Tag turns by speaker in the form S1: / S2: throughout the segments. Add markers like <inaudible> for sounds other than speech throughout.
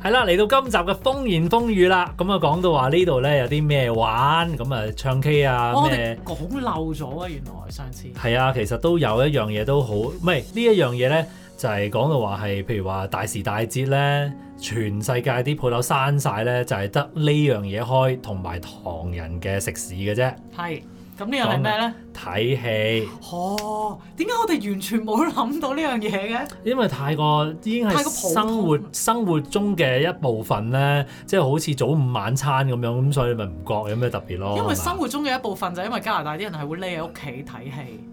S1: 係啦，嚟到今集嘅風言風語啦，咁啊講到話呢度咧有啲咩玩，咁啊唱 K 啊
S2: 哦我
S1: 咩
S2: 哋？講漏咗啊！原來上次
S1: 係啊，其實都有一樣嘢都好，唔係呢一樣嘢咧，就係、講到話係，譬如話大時大節咧，全世界啲鋪頭閂晒咧，就係得呢樣嘢開，同埋唐人嘅食肆嘅啫，
S2: 係咁呢樣係咩
S1: 啊
S2: 咧？
S1: 睇戲，
S2: 哦，點解我哋完全冇諗到呢樣嘢嘅？
S1: 因為太過已經
S2: 太過普
S1: 係
S2: 通
S1: 生活生活中嘅一部分咧，即係好似早午晚餐咁樣，咁所以咪唔覺有咩特別咯。
S2: 因為
S1: 係嘛
S2: 生活中嘅一部分就係因為加拿大啲人係會匿喺屋企睇戲，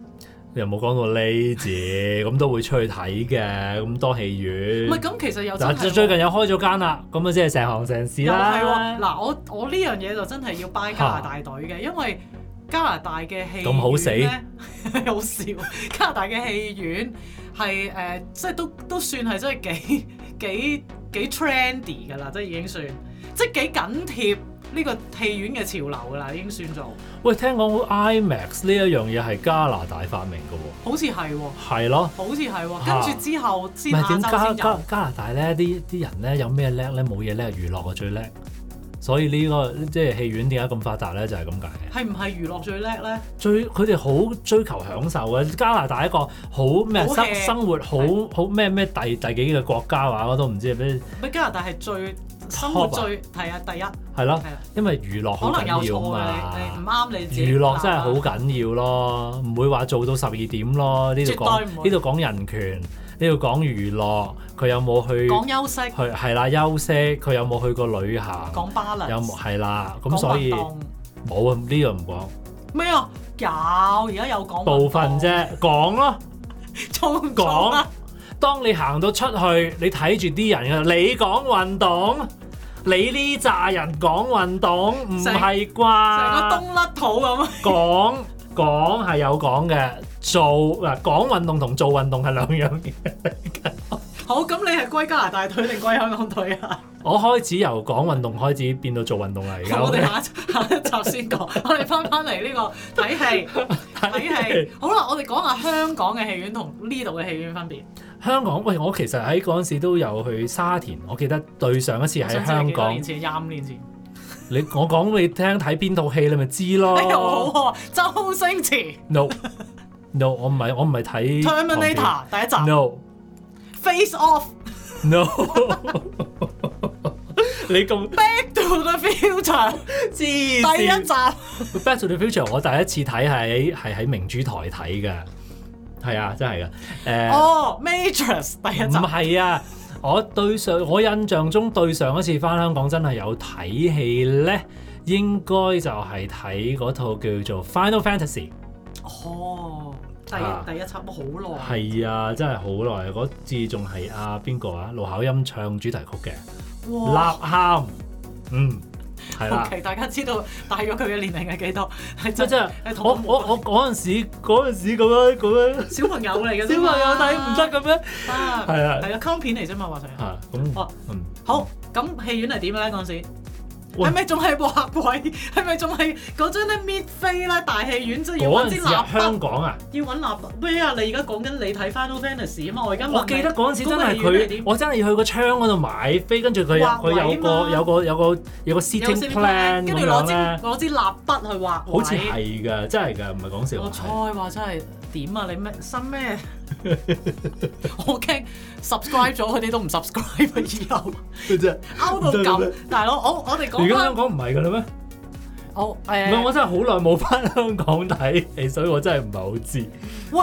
S1: 又冇講到呢字，
S2: <laughs>
S1: 咁都會出去睇嘅，咁多戲
S2: 唔
S1: 院。
S2: 係咁其實又真
S1: 嗯嗱，
S2: 係
S1: 最最近又開咗間啦，咁啊即係成行成市
S2: 又係
S1: 啦
S2: 喎。。嗱，我我呢樣嘢就真係要 buy 加拿大隊嘅，因為加拿大嘅戲院
S1: 咁好死
S2: 咧 <laughs> 好笑。加拿大嘅戲院係誒、呃即係都都算係真係幾幾幾 trendy 㗎啦，即係已經算，即係幾緊貼呢個戲院嘅潮流㗎啦，已經算做，
S1: 喂，聽講 IMAX 呢一樣嘢係加拿大發明嘅
S2: 好似係喎。
S1: 喎，係咯。
S2: 好似係
S1: 嚇
S2: 喎，跟住之後
S1: 唔
S2: 先下
S1: 係點加
S2: 週先
S1: 加
S2: 有。
S1: 加拿大咧？啲啲人咧有咩叻咧？冇嘢叻，娛樂啊最叻。所以呢、個即係戲院點解咁發達咧？就係咁解嘅。
S2: 係唔係娛樂最叻咧？
S1: 追佢哋好追求享受嘅。加拿大一個好咩
S2: 好
S1: 生
S2: hea
S1: 生活好好咩咩第第幾個國家話我都唔知咩
S2: 咪加拿大係最生活
S1: Top 啊
S2: 最係啊第一，
S1: 係咯
S2: 係啊，
S1: 因為娛樂
S2: 可
S1: 好
S2: 能有
S1: 緊
S2: 錯
S1: 要
S2: 嘅，你你唔
S1: 嘛。
S2: 啱你自己。啊
S1: 娛樂真係好緊要咯，唔會話做到十二點咯。呢度講
S2: 絕對唔
S1: 呢
S2: 會
S1: 度講人權，呢度講娛樂，佢有冇去
S2: 講休息，
S1: 去係啦休息？佢有冇去過旅行？
S2: 講 balance，
S1: 有冇係啦？咁
S2: 講
S1: 所以
S2: 運動
S1: 冇啊，呢度唔講，
S2: 咩啊？有而家有講運動
S1: 部分，啫，講咯。
S2: 做唔做啊？
S1: 當你行到出去，你睇住啲人啊，你講運動，你呢扎人講運動，唔
S2: 成
S1: 係
S2: 成個
S1: 啩？
S2: 東甩肚咁，啊
S1: 講講係有講嘅，做嗱講運動同做運動係兩樣嘢。
S2: 好咁你係歸加拿大隊定歸香港隊啊？
S1: 我開始由講運動開始變到做運動啦，而家
S2: 我哋下一下一集
S1: <laughs>
S2: 先講，我哋翻翻嚟呢個睇戲睇戲。好啦，我哋講下香港嘅戲院同呢度嘅戲院分別。
S1: 香港喂，我其實喺嗰陣時都有去沙田，我記得對上一次
S2: 我
S1: 喺
S2: 想知你
S1: 香
S2: 幾多
S1: 港
S2: 年，前，廿五年前。
S1: 你我講你聽睇邊套戲你咪知咯。
S2: 哎呀，好喎，周星馳
S1: No no，我唔係我唔係睇
S2: Terminator 第一集
S1: No
S2: Face Off
S1: no，你咁
S2: Back to
S1: <laughs>
S2: the Future
S1: 黐第
S2: 第一
S1: 《
S2: 集，
S1: Back to the Future》我第一次睇係係喺明珠台睇嘅，係啊，真係嘅。誒、
S2: 哦 Matrix 第一
S1: 唔
S2: 集，
S1: 係啊，我對上我印象中對上一次翻香港真係有睇戲咧，應該就係睇嗰套叫做《Final Fantasy》。
S2: 哦，第
S1: 啊
S2: 第一集好耐，
S1: 係啊，真係好耐啊！嗰次仲係啊邊個啊？盧巧音唱主題曲嘅《
S2: 哇
S1: 吶喊》。嗯，係啦。
S2: ，OK，大家知道大約佢嘅年齡係
S1: <laughs>
S2: 幾多？係
S1: 即係
S2: 真
S1: 真係
S2: 係同
S1: 我
S2: 我冇
S1: 我我嗰陣時嗰陣時咁樣咁樣，
S2: 小朋友嚟嘅啫
S1: 小朋友
S2: 嘛，
S1: 睇唔得咁樣。
S2: 啊，
S1: 係啊
S2: 係啊，卡通片嚟啫嘛，話成係。
S1: 啊，咁
S2: 哦
S1: 嗯，
S2: 好，咁戲院係點咧嗰陣時？
S1: 喂
S2: 係咪仲係畫鬼？ <laughs> 係咪仲係嗰張咧搣飛咧大戲院即係要
S1: 嗰
S2: 揾
S1: 陣
S2: 支
S1: 時
S2: 蠟
S1: 啊，
S2: 筆
S1: 香港啊，
S2: 要揾蠟筆咩啊？你而家講緊你睇 Final Fantasy 啊嘛，我而家問你
S1: 我記得嗰陣時真係
S2: 嗰個戲院係
S1: 佢，
S2: 點
S1: 我真係要去個窗嗰度買飛，跟住佢有
S2: 啊
S1: 佢
S2: 畫位
S1: 有個
S2: 嘛
S1: 有個有個有個
S2: 有
S1: sitting
S2: 四面
S1: plan
S2: 鏡跟
S1: 咁
S2: 住攞
S1: 樣
S2: 支
S1: 咧，
S2: 攞支蠟筆去畫
S1: 好似啊
S2: 位哦
S1: 係㗎，真係㗎，唔係講笑。
S2: 我猜話真係點啊？你咩新咩？ <laughs> 我驚 subscribe 咗嗰啲都
S1: <laughs>
S2: 唔 subscribe 啊以後
S1: 佢啫，
S2: 勾到
S1: 唔得唔得
S2: 咁，大佬我我哋
S1: 而
S2: 講
S1: 家香
S2: 翻
S1: 港唔係㗎啦咩？
S2: 我
S1: 唔係，
S2: 誒
S1: 我真係好耐冇翻香港睇戲，所以我真係唔係好知。
S2: 喂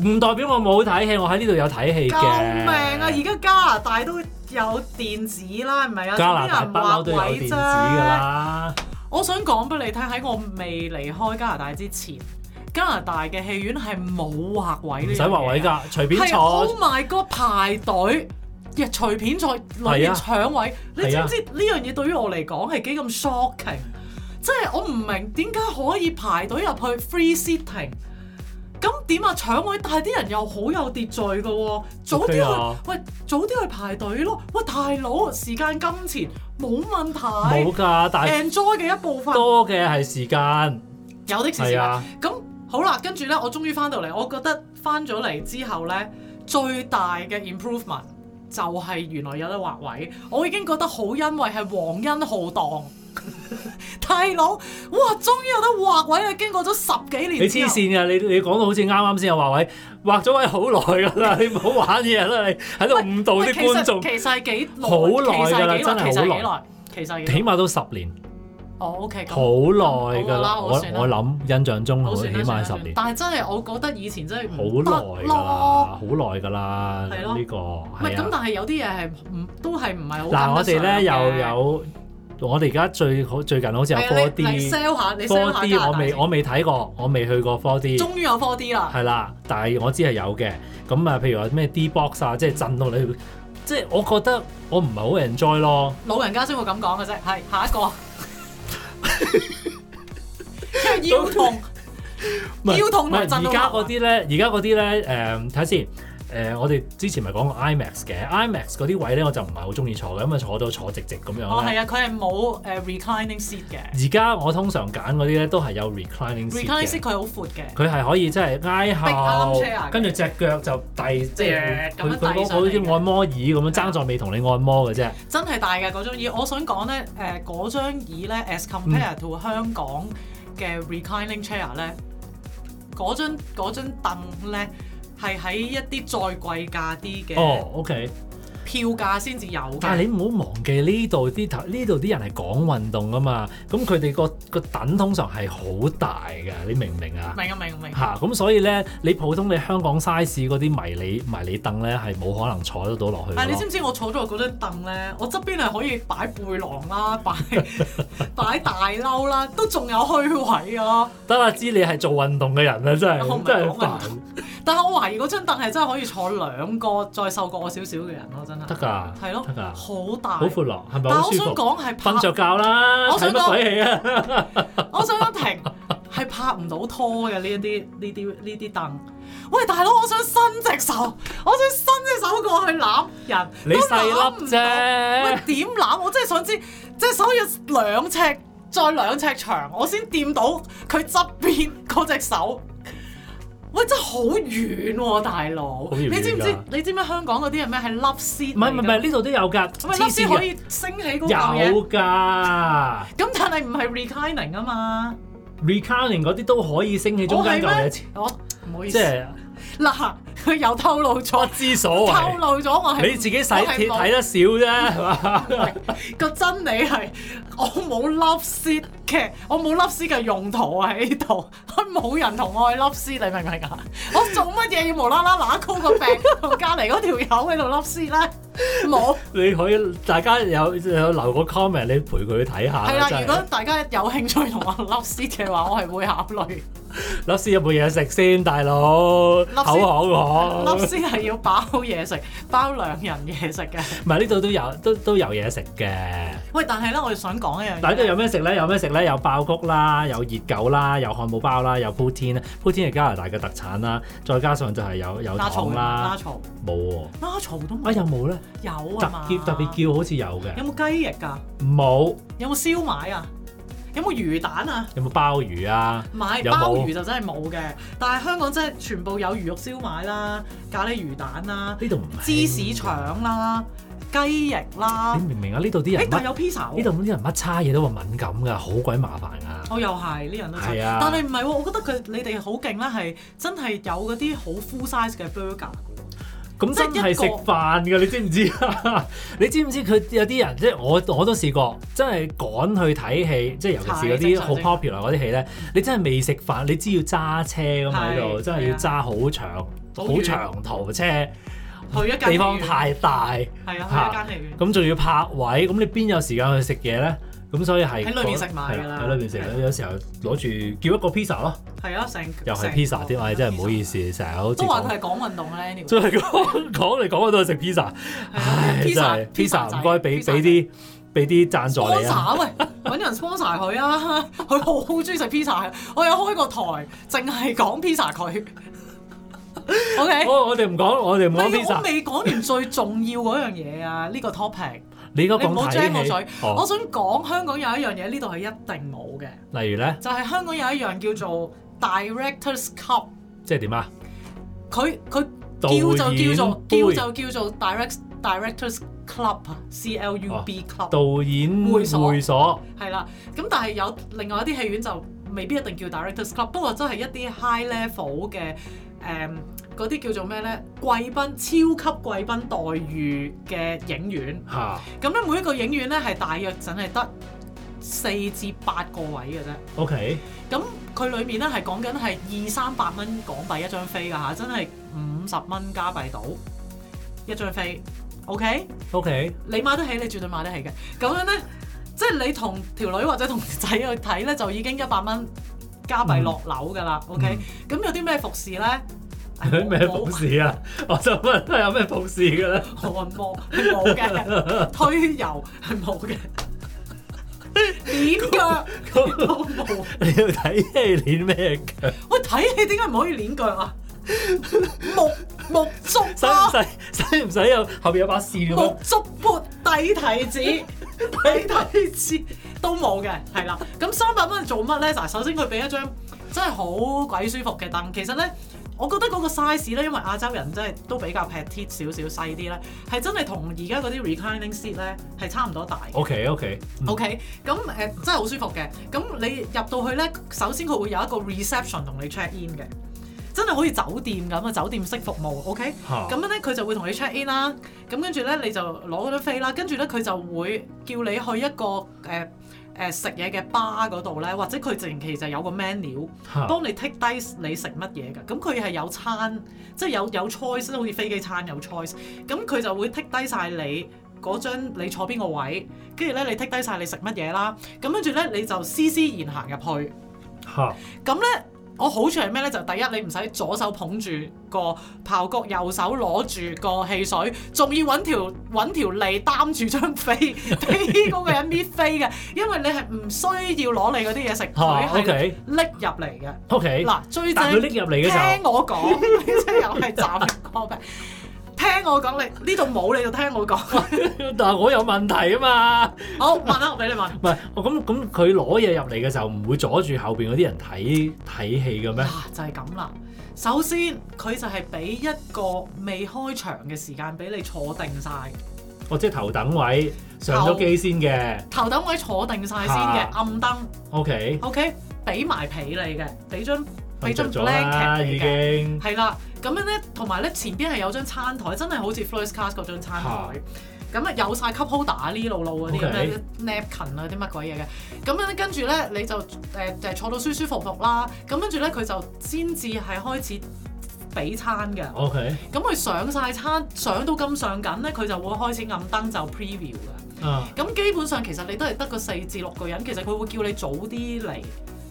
S1: 唔代表我冇睇戲，我喺呢度有睇戲嘅。
S2: 救命啊！而家加拿大都有電子啦，唔係啊？
S1: 加拿大
S2: 有
S1: 不嬲
S2: 啲人畫
S1: 都有電
S2: 位
S1: 子
S2: 啫
S1: 㗎啦。
S2: 我想講俾你聽，喺我未離開加拿大之前，加拿大嘅戲院係冇畫位
S1: 唔
S2: 呢樣嘢
S1: 使畫位，㗎，隨便
S2: 係
S1: 坐
S2: Oh。my God 排隊，亦隨便在裏
S1: 係啊
S2: 面搶位。你
S1: 係
S2: 知
S1: 啊
S2: 唔知呢樣嘢對於我嚟講係幾咁 shocking？即係我唔明點解可以排隊入去 free sitting。咁點啊搶位？但係啲人又好有秩序嘅喎、早啲
S1: OK
S2: 去、
S1: 啊
S2: 喂，早啲去排隊咯。喂，大佬，時間金錢冇問題
S1: 冇㗎，但係
S2: ，enjoy 嘅一部分。
S1: 多嘅係時間。
S2: 有的是時
S1: 係啊
S2: 間。咁好啦，跟住咧，我終於翻到嚟，我覺得翻咗嚟之後咧，最大嘅 improvement 就係原來有得劃位，我已經覺得好欣慰係皇恩浩蕩。 <laughs> 大佬，哇！終於有得劃位啦！經過咗十幾
S1: 你
S2: 年之
S1: 黐
S2: 後，
S1: 線㗎！你你講到好似啱啱先有畫位，畫咗位好耐㗎啦！你 <laughs> 唔好玩嘢啦！你喺度誤導啲
S2: 喂其實
S1: 觀眾
S2: 其，實係幾耐？
S1: 好耐㗎啦
S2: 其實係幾
S1: 真
S2: 耐
S1: 係好耐
S2: 其實係幾耐。其實係幾
S1: 起
S2: 耐？
S1: 碼都十年，
S2: 哦，OK，咁
S1: 好耐㗎
S2: 好啦
S1: 啦！
S2: 好
S1: 我
S2: 算啦
S1: 我諗印象中
S2: 好
S1: 好起
S2: 算啦，算
S1: 碼
S2: 啦
S1: 十
S2: 算啦
S1: 年，
S2: 但係真係我覺得以前真係
S1: 好
S2: 唔
S1: 耐
S2: 得
S1: 㗎
S2: 咯。
S1: 啦，好耐㗎啦！
S2: 係咯
S1: 呢個
S2: 唔
S1: 係
S2: 係咁，
S1: 啊！
S2: 但係有啲嘢係唔都係唔係好
S1: 嗱，我哋
S2: 跟得上
S1: 咧又
S2: 嘅
S1: 有，我哋而家最好最近好似有
S2: 係啊你
S1: 4D
S2: 你 sell 下，你 sell 下
S1: 4D
S2: 加拿
S1: 我
S2: 大
S1: 未
S2: 先
S1: 我未睇過，我未去過 4D。
S2: 終於有 4D 啦。
S1: 係啦，但係我知係有嘅。咁啊，譬如話咩 D box 啊，即係震到你，即係我覺得我唔係好 enjoy 咯。
S2: 老人家先會咁講嘅啫。係下一個，
S1: <laughs>
S2: 因為腰痛，
S1: 唔係
S2: 腰
S1: 唔
S2: 痛啊同
S1: 係
S2: 震到
S1: 而家嗰啲咧，而家嗰啲咧，誒睇下先。誒、我哋之前咪講過 IMAX 嘅，IMAX 嗰啲位咧我就唔係好中意坐嘅，咁啊坐到坐直直咁
S2: 哦
S1: 樣
S2: 係
S1: 咧。
S2: 啊，佢係冇誒 reclining seat 嘅
S1: 而家、我通常揀嗰啲咧都係有 reclining seat
S2: ，reclining
S1: 嘅，
S2: seat 佢好闊嘅。
S1: 佢係可以即係挨
S2: Big arm
S1: 後
S2: chair 嘅，
S1: 跟住隻腳就遞，即係
S2: 咁樣
S1: 佢佢
S2: 遞
S1: 嗰
S2: 上嚟
S1: 嗰啲
S2: 嘅啊
S1: 按摩椅咁樣爭在未同你按摩嘅啫。
S2: 真係大嘅嗰張椅。我想講咧，誒、嗰張椅咧，as compared
S1: 嗯
S2: to 香港嘅 reclining chair 咧，嗰張嗰張凳咧係喺一啲再貴價啲嘅
S1: 哦，OK。
S2: 票價先至有
S1: 但係
S2: 嘅。
S1: 你唔好忘記呢度啲頭呢度啲人係講運動啊嘛，咁佢哋個個等通常係好大㗎，你明唔明啊？
S2: 明啊明啊明啊，
S1: 嚇咁、所以咧，你普通你香港 size 嗰啲迷你迷你凳咧係冇可能坐得到落去
S2: 但係你知
S1: 咯。
S2: 唔知我坐咗嗰張凳咧，我側邊係可以擺背囊啦，
S1: <laughs>
S2: 擺擺大褸啦，都仲有虛位啊！
S1: 得啦，知你係做運動嘅人啦，啊真
S2: 我唔係
S1: 係真係
S2: 講運
S1: 煩
S2: 動但係我懷疑嗰張凳係真係可以坐兩個再瘦過我少少嘅人咯，真
S1: 得
S2: 係
S1: 㗎，
S2: 係咯
S1: 得㗎，
S2: 好大
S1: 好闊落，係咪
S2: 但係
S1: 好
S2: 我想
S1: 舒服？
S2: 講係拍
S1: 瞓，着覺啦，
S2: 我想
S1: 睇乜
S2: 講
S1: 鬼戲啊？
S2: 我想
S1: <laughs>
S2: 講停係拍唔到拖嘅呢一啲呢啲呢啲凳。喂，大佬，我想伸隻手，我想伸隻手過去攬人，
S1: 你
S2: 都
S1: 細
S2: 攬
S1: 粒
S2: 唔到。喂
S1: 啫，，
S2: 點攬？我真係想知隻手要兩尺再兩尺長，我先掂到佢側邊嗰隻手。喂，真係好遠喎、大佬！
S1: 好遙遠
S2: 你知唔知
S1: 㗎？
S2: 你知唔知香港嗰啲係咩？係凹絲嚟
S1: 唔
S2: 㗎。
S1: 係唔係唔係，呢度都有㗎，黐
S2: 唔係凹
S1: 線
S2: 絲可
S1: 嘅
S2: 以升起嗰嚿嘢。
S1: 有㗎。
S2: 咁但係唔係 reclining 啊嘛？
S1: Recounting 嗰啲都可以升起中
S2: 我
S1: 間嚿
S2: 哦係
S1: 嘢，
S2: 咩
S1: 即？
S2: 我唔好意思。
S1: 係
S2: 嗱，佢又透露
S1: 不
S2: 咗，
S1: 知
S2: 透
S1: 所謂。
S2: 露咗我係
S1: 你自己睇
S2: 我係
S1: 睇
S2: 冇
S1: 睇得少啫，係嘛？
S2: <laughs>
S1: <laughs>
S2: 個真理係我冇 love seat 嘅，我冇 love seat 嘅用途啊喺度， <laughs> 冇人同我去 love seat，你明唔明啊？我做乜嘢要無啦啦揦高個病同隔離嗰條友喺度 love seat 咧？冇
S1: 你可以大家有有留個 comment，你陪佢睇下
S2: 係
S1: 啦。
S2: 啦，
S1: 真
S2: 如
S1: 係
S2: 果大家有興趣同我 love seat 嘅話，我係會考慮。
S1: 粒絲有冇嘢食先，大佬？口
S2: 絲
S1: 口
S2: love
S1: 我，
S2: seat 係要包嘢食，包兩人嘢食嘅。
S1: 唔係呢度都有都都有嘢食嘅。
S2: 喂，但係咧，我哋想講一樣嘢。
S1: 嗱，呢度有咩食咧？有咩食咧？有爆谷啦，有熱狗啦，有漢堡包啦，有 poutine 啦，poutine 係加拿大嘅特產啦。再加上就係有有
S2: 拉槽
S1: 糖
S2: 拉
S1: 啦，
S2: 槽
S1: 冇喎。
S2: 拉槽都
S1: 啊，
S2: 冇
S1: 有冇咧？
S2: 有
S1: 特
S2: 啊嘛？
S1: 叫特別叫好似有嘅。
S2: 有冇雞翼啊㗎？
S1: 冇，
S2: 有冇燒賣啊？有冇魚蛋啊？
S1: 有冇鮑魚啊？
S2: 買
S1: 有冇
S2: 鮑魚就真係冇嘅，但係香港真係全部有魚肉燒賣啦、咖喱魚蛋啦、
S1: 呢度唔係
S2: 芝士，腸啦、雞翼啦
S1: 你。明唔明啊？呢度啲
S2: 誒
S1: 人，
S2: 但
S1: 乜
S2: 有 pizza
S1: 呢
S2: 喎
S1: 度啲人乜差嘢都話敏感㗎，好鬼麻煩啊㗎。
S2: 我哦又係呢人都
S1: 係
S2: 知，
S1: 啊
S2: 但係唔係喎？我覺得佢你哋好勁啦，係真係有嗰啲好 full size 嘅 burger 㗎喎
S1: 咁
S2: 即係
S1: 真
S2: 一
S1: 係食飯㗎，你知唔知 <laughs> 啊？你知唔知佢有啲人即係我我都試過，真係趕去睇戲，即係尤其是嗰
S2: 係正
S1: 啲
S2: 常
S1: 好 popular 嗰啲戲咧，你真係未食飯，你知要揸車㗎嘛？
S2: 係啊
S1: 呢度真係要揸好長
S2: 好
S1: 好
S2: 遠
S1: 長途車，
S2: 去一間
S1: 地方
S2: 戲院
S1: 太大，
S2: 係啊，去一間戲院。
S1: 咁仲要泊位，咁你邊有時間去食嘢咧？咁所以係
S2: 喺裏面食埋㗎啦
S1: 係喺裏面食
S2: 係啊
S1: 有時候攞住叫一個 pizza 咯，
S2: 係啊，成
S1: 又係
S2: 成
S1: pizza 添，
S2: 個
S1: 唉，真係唔好意思，成日好似
S2: 都話佢
S1: 講，
S2: 係講運動咧，anyway 啊
S1: 即係講講嚟講去都係食 pizza，唉，真係 pizza 唔該俾俾啲俾啲贊助你啊！
S2: sponsor 喂，揾人 sponsor 佢啊！ <laughs> 佢好中意食 pizza，我有開個台，淨係講 pizza 佢。OK，
S1: 哦我我哋唔講，我哋唔
S2: 唔
S1: 講
S2: 係我
S1: pizza，
S2: 未講完最重要嗰樣嘢啊！呢個 topic，
S1: 你而
S2: 你
S1: 家
S2: 唔
S1: 講
S2: 好張我
S1: 睇
S2: 嘴
S1: 戲。，
S2: 我
S1: 哦，
S2: 想講香港有一樣嘢，呢度係一定冇嘅，
S1: 例如咧，
S2: 就係香港有一樣叫做 Directors Cup，
S1: 即係點啊？
S2: 佢佢
S1: 導
S2: 叫就
S1: 演
S2: 叫做
S1: 杯
S2: 叫就叫做 direct directors club 啊，C L U B club
S1: 導演
S2: 會所
S1: 會所
S2: 係啦。咁但係有另外一啲戲院就未必一定叫 directors club，不過真係一啲 high level 嘅誒。嗰啲叫做咩呢？貴賓超級貴賓待遇嘅影院，
S1: 嚇
S2: 咁咧每一個影院呢，係大約淨係得四至八個位嘅啫。 <laughs>
S1: ，OK，
S2: 咁佢裏面咧係講緊係二三百蚊港幣一張飛㗎嚇，真係五十蚊加幣到一張飛。OK，
S1: OK，
S2: 你買得起，你絕對買得起嘅。咁樣咧，即係你同條女或者同仔去睇咧，就已經一百蚊加幣落樓㗎啦。OK，咁、有啲咩服侍
S1: <laughs>
S2: 咧？唉
S1: 有
S2: 冇
S1: 嗯咩服侍啊？我就問有咩服侍嘅咧？
S2: 冇按摩係
S1: <laughs>
S2: 冇嘅，推油係冇嘅，攆腳
S1: 咁
S2: 都冇。
S1: <laughs> 你要睇戲練咩腳？
S2: 喂，睇戲點解唔可以攆腳啊？木木足
S1: <laughs> 使唔
S2: 啊，
S1: 使使唔使有後邊有把扇咁
S2: 木
S1: 樣？
S2: 足撥底提 <laughs> 子，底提子都冇嘅，係啦。咁三百蚊做乜咧？嗱，首先佢俾一張真係好鬼舒服嘅凳，其實咧。我覺得嗰個 size 咧，因為亞洲人真係都比較劈鐵少少細啲咧，係真係同而家嗰啲 reclining seat 咧係差唔多大嘅。
S1: OK OK，
S2: OK，咁誒、呃真係好舒服嘅。咁你入到去咧，首先佢會有一個 reception 同你 check in 嘅，真係好似酒店咁啊，酒店式服務。OK，
S1: 嚇
S2: 咁樣咧佢就會同你 check in 啦，咁跟住咧你就攞嗰張飛啦，跟住咧佢就會叫你去一個誒誒、呃呃食嘢嘅巴嗰度咧，或者佢直其實有個 menu。
S1: 嚇
S2: 幫你剔低你食乜嘢㗎，咁佢係有餐，即係有有 choice，好似飛機餐有 choice，咁佢就會剔低晒你嗰張你坐邊個位，跟住咧你剔低晒你食乜嘢啦，咁跟住咧你就斯斯然行入去，
S1: 嚇
S2: 咁咧我好處係咩咧？就第一你唔使左手捧住個炮谷，右手攞住個汽水，仲要揾條揾條脷擔住張飛 <laughs> 俾嗰個人搣飛嘅，因為你係唔需要攞你
S1: <laughs>
S2: 嗰啲嘢食，佢
S1: 嚇
S2: 係
S1: 哦，OK
S2: 拎入嚟嘅。
S1: OK，
S2: 嗱，最
S1: 但佢
S2: 正
S1: 拎入嚟嘅時候
S2: 聽我講，你真係又係站個病。聽我講，你呢度冇你就聽
S1: <laughs>
S2: 我講。，
S1: 但係我有問題啊嘛。
S2: 好，問啦，我俾你問。
S1: 唔係，我咁咁佢攞嘢入嚟嘅時候，唔會阻住後邊嗰啲人睇睇戲嘅咩
S2: 嗱、？就係咁啦。首先，佢就係俾一個未開場嘅時間俾你坐定晒，
S1: 我哦即係頭等位上咗機先嘅
S2: 頭等位坐定晒先嘅，
S1: 啊
S2: 暗燈
S1: ，OK，
S2: ，OK，俾埋被你嘅，俾張俾
S1: 瞓
S2: 張
S1: 着
S2: blanket
S1: 咗啦，
S2: 你
S1: 已
S2: 嘅。
S1: 經
S2: 係啦，咁樣咧，同埋咧前邊係有張餐台，真係好似 first class 嗰張餐台。咁啊有晒 cup holder 呢路路嗰啲咁
S1: OK
S2: 樣 napkin 啊啲乜鬼嘢嘅，咁樣咧跟住咧你就誒誒、呃坐到舒舒服服啦，咁跟住咧佢就先至係開始俾餐嘅，
S1: OK，
S2: 咁佢上晒餐上到咁上緊咧，佢就會開始暗燈就 preview 嘅，
S1: 啊
S2: 咁基本上其實你都係得個四至六個人，其實佢會叫你早啲嚟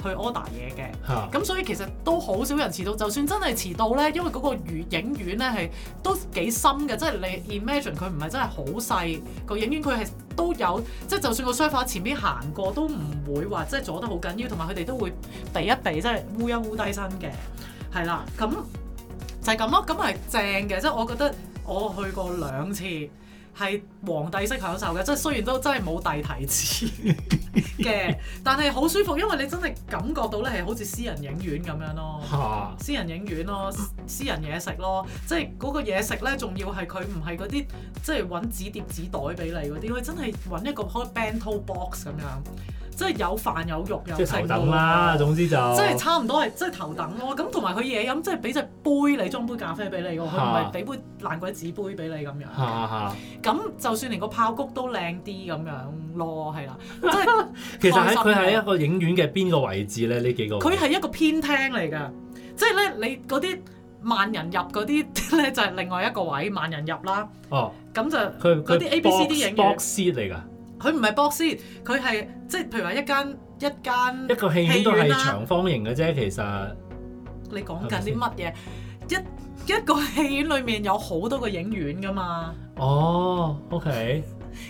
S2: 去 order 嘢嘅。
S1: 嚇
S2: 咁所以其實都好少人遲到，就算真係遲到咧，因為嗰個影影院咧係都幾深嘅，即係你 imagine 佢唔係真係好細個影院，佢係都有，即係就算個 sofa 前邊行過都唔會話即係阻得好緊要，同埋佢哋都會避一避，即係烏一烏低身嘅，係啦，咁就係咁咯，咁係正嘅，即係我覺得我去過兩次。係皇帝式享受嘅，即係雖然都真係冇大提子
S1: <laughs>
S2: 嘅，但係好舒服，因為你真係感覺到咧係好似私人影院咁樣咯，
S1: 嚇
S2: 私人影院咯，私私人嘢食咯，即係嗰個嘢食咧，仲要係佢唔係嗰啲即係揾紙碟紙袋俾你嗰啲，佢真係揾一個開 bento box 咁樣，即係有飯有肉有
S1: 即係頭等啦，
S2: 剩喎
S1: 總之就
S2: 即係差唔多係，即係頭等咯。咁同埋佢嘢飲，即係俾隻杯你裝杯咖啡俾你喎，佢唔係俾杯爛鬼紙杯俾你咁樣。
S1: 嚇嚇，
S2: 咁就算連個炮谷都靚啲咁樣咯，係啦，即係
S1: 其實喺
S2: 開心嘅
S1: 佢喺一個影院嘅邊個位置咧？呢幾個
S2: 佢係一個偏廳嚟㗎，即係咧你嗰啲萬人入嗰啲 <laughs> 咧就係另外一個位萬人入啦，
S1: 哦，
S2: 咁就
S1: 佢
S2: 嗰
S1: 佢
S2: 啲 A B C D
S1: box
S2: 影院嗯
S1: box seat 嚟㗎，
S2: 佢唔係 box 佢係即係譬如話一間一間
S1: 一，個戲院都
S2: 戲
S1: 係
S2: 院啦
S1: 長方形嘅啫，其實
S2: 你講緊啲乜嘢？一一個戲院裡面有好多個影院㗎嘛，
S1: 哦，OK，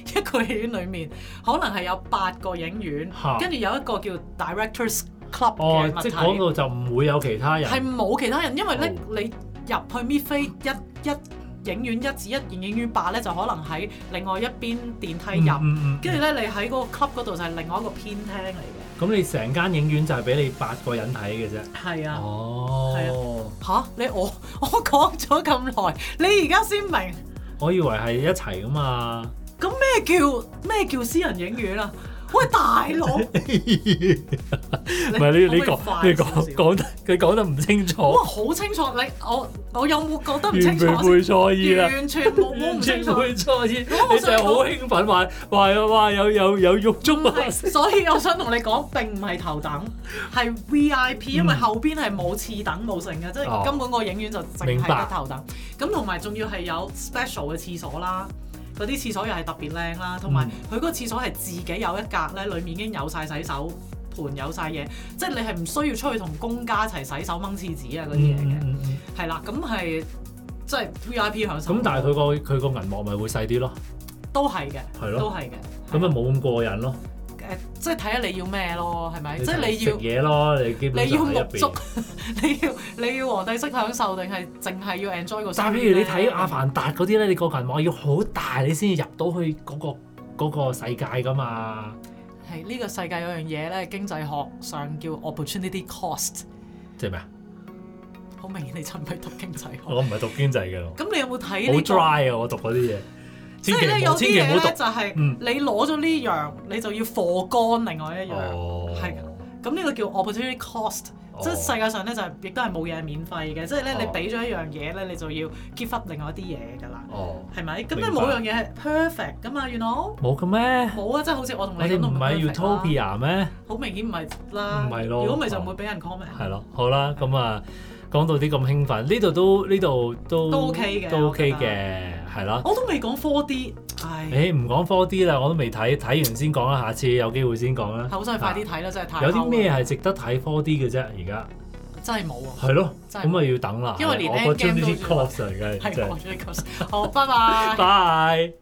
S2: <laughs> 一個戲院裡面可能係有八個影院，
S1: 嚇
S2: 跟住有一個叫 Directors Club
S1: 哦
S2: 嘅，物
S1: 即係
S2: 體。
S1: 嗰度就唔會有其他人哦
S2: 係冇其他人，因為咧
S1: 好
S2: 你入去搣飛一一影院一至一影影院八咧，就可能喺另外一邊電梯入，
S1: 嗯嗯嗯
S2: 跟住咧你喺嗰個 club 嗰度就係另外一個偏廳嚟嘅。
S1: 咁你成間影院就係俾你八個人睇嘅啫。
S2: 係啊。
S1: 哦，
S2: 吓？你我 <laughs> 我講咗咁耐，你而家先明
S1: 我以為係一齊噶嘛。
S2: 咁咩叫咩叫私人影院啊？喂，大
S1: <laughs>
S2: 佬，唔
S1: 唔係你你講你講
S2: 講
S1: 講得佢講得唔清楚
S2: 哇，，好清楚你我我有冇覺哦得唔
S1: 完全
S2: 清楚
S1: 會錯意啊
S2: 先？
S1: 啦。
S2: 完全
S1: <laughs>
S2: 冇冇唔
S1: 完
S2: 清
S1: 全
S2: 楚，
S1: 會啊錯意，
S2: 我
S1: 你就係好興奮，話話話有有有肉中
S2: 唔
S1: 啊！
S2: 係，所以我想同你講，並唔係頭等，係 V I P，因為後邊係冇次等冇剩嘅，即
S1: 嗯哦
S2: 係根本個影院就淨
S1: 明
S2: 係
S1: 白
S2: 得頭等。咁同埋仲要係有 special 嘅廁所啦，嗰啲廁所又係特別靚啦，同
S1: 嗯
S2: 埋佢嗰個廁所係自己有一格咧，裡面已經有晒洗手盤，有晒嘢，即係你係唔需要出去同公家一齊洗手掹廁紙啊嗰啲嘢
S1: 嗯
S2: 嘅，
S1: 嗯嗯
S2: 係啦，咁係即係 V I P 享受。
S1: 咁但係佢個佢個銀幕咪會細啲咯，
S2: 都係嘅，
S1: 係咯
S2: 都係嘅。
S1: 咁啊咪冇咁過癮咯。
S2: 誒、即係睇下你要咩咯，係咪？即係
S1: 就
S2: 你要
S1: 食。嘢咯，你基本
S2: 你要
S1: 上喺
S2: 沐
S1: 入
S2: 足 <laughs>
S1: 邊。，
S2: 你要你要皇帝式享受定係淨係要 enjoy 個？
S1: 但係譬如你睇《阿，凡達》嗰啲咧，你個銀幕要好大，你先至入到去嗰個嗰個世界噶嘛。
S2: 係呢個世界有樣嘢咧，經濟學上叫 opportunity cost，
S1: 即係咩啊？
S2: 好明顯你就唔係讀經濟學。
S1: 我唔係讀經濟嘅，我
S2: 咁你有冇睇
S1: 好
S2: 呢個？
S1: dry 啊！我讀嗰啲嘢，
S2: 即
S1: 千
S2: 係咧
S1: 祈唔
S2: 有
S1: 好
S2: 啲
S1: 千祈
S2: 嘢
S1: 唔好
S2: 咧
S1: 讀。
S2: 就係
S1: 嗯
S2: 你攞咗呢樣，你就要貨乾另外一樣。
S1: 哦，
S2: 係咁呢個叫 opportunity cost，
S1: 哦
S2: 即係世界上咧就係亦都係冇嘢係免費嘅，即係咧你
S1: 哦
S2: 俾咗一樣嘢咧，你就要 give up 另外一啲嘢㗎啦，
S1: 哦，
S2: 係咪？咁你
S1: 明白
S2: 冇樣嘢係 perfect 㗎嘛，you know？
S1: 冇嘅咩？
S2: 冇啊，即係好似我同你
S1: 我哋
S2: 咁都
S1: 唔
S2: 係
S1: 係
S2: perfect 啦
S1: Utopia 咩？
S2: 好明顯唔係啦。
S1: 唔係咯
S2: 如果唔係就唔會俾人 comment。
S1: 係咯，好啦，咁啊，講到啲咁興奮，呢度都呢度都
S2: 都 OK 嘅
S1: 都 OK
S2: 我覺得
S1: 嘅，係啦。
S2: 我都未講 4D，唉，
S1: 誒唔講 4D 啦，我都未睇，睇完先講啊啦，下次有機會先講啦。
S2: 口水快啲睇啦，真係太
S1: 有啲咩
S2: 啊？
S1: 係值得睇 4D 嘅啫？而家
S2: 真係冇啊！
S1: 係咯，
S2: 真係
S1: 咁咪要等啦。
S2: 因為連
S1: 我覺得呢
S2: Endgame
S1: 啲
S2: 都
S1: cost 嚟嘅，
S2: 係
S1: 真
S2: 我
S1: 係。
S2: 最好，拜拜。
S1: 拜。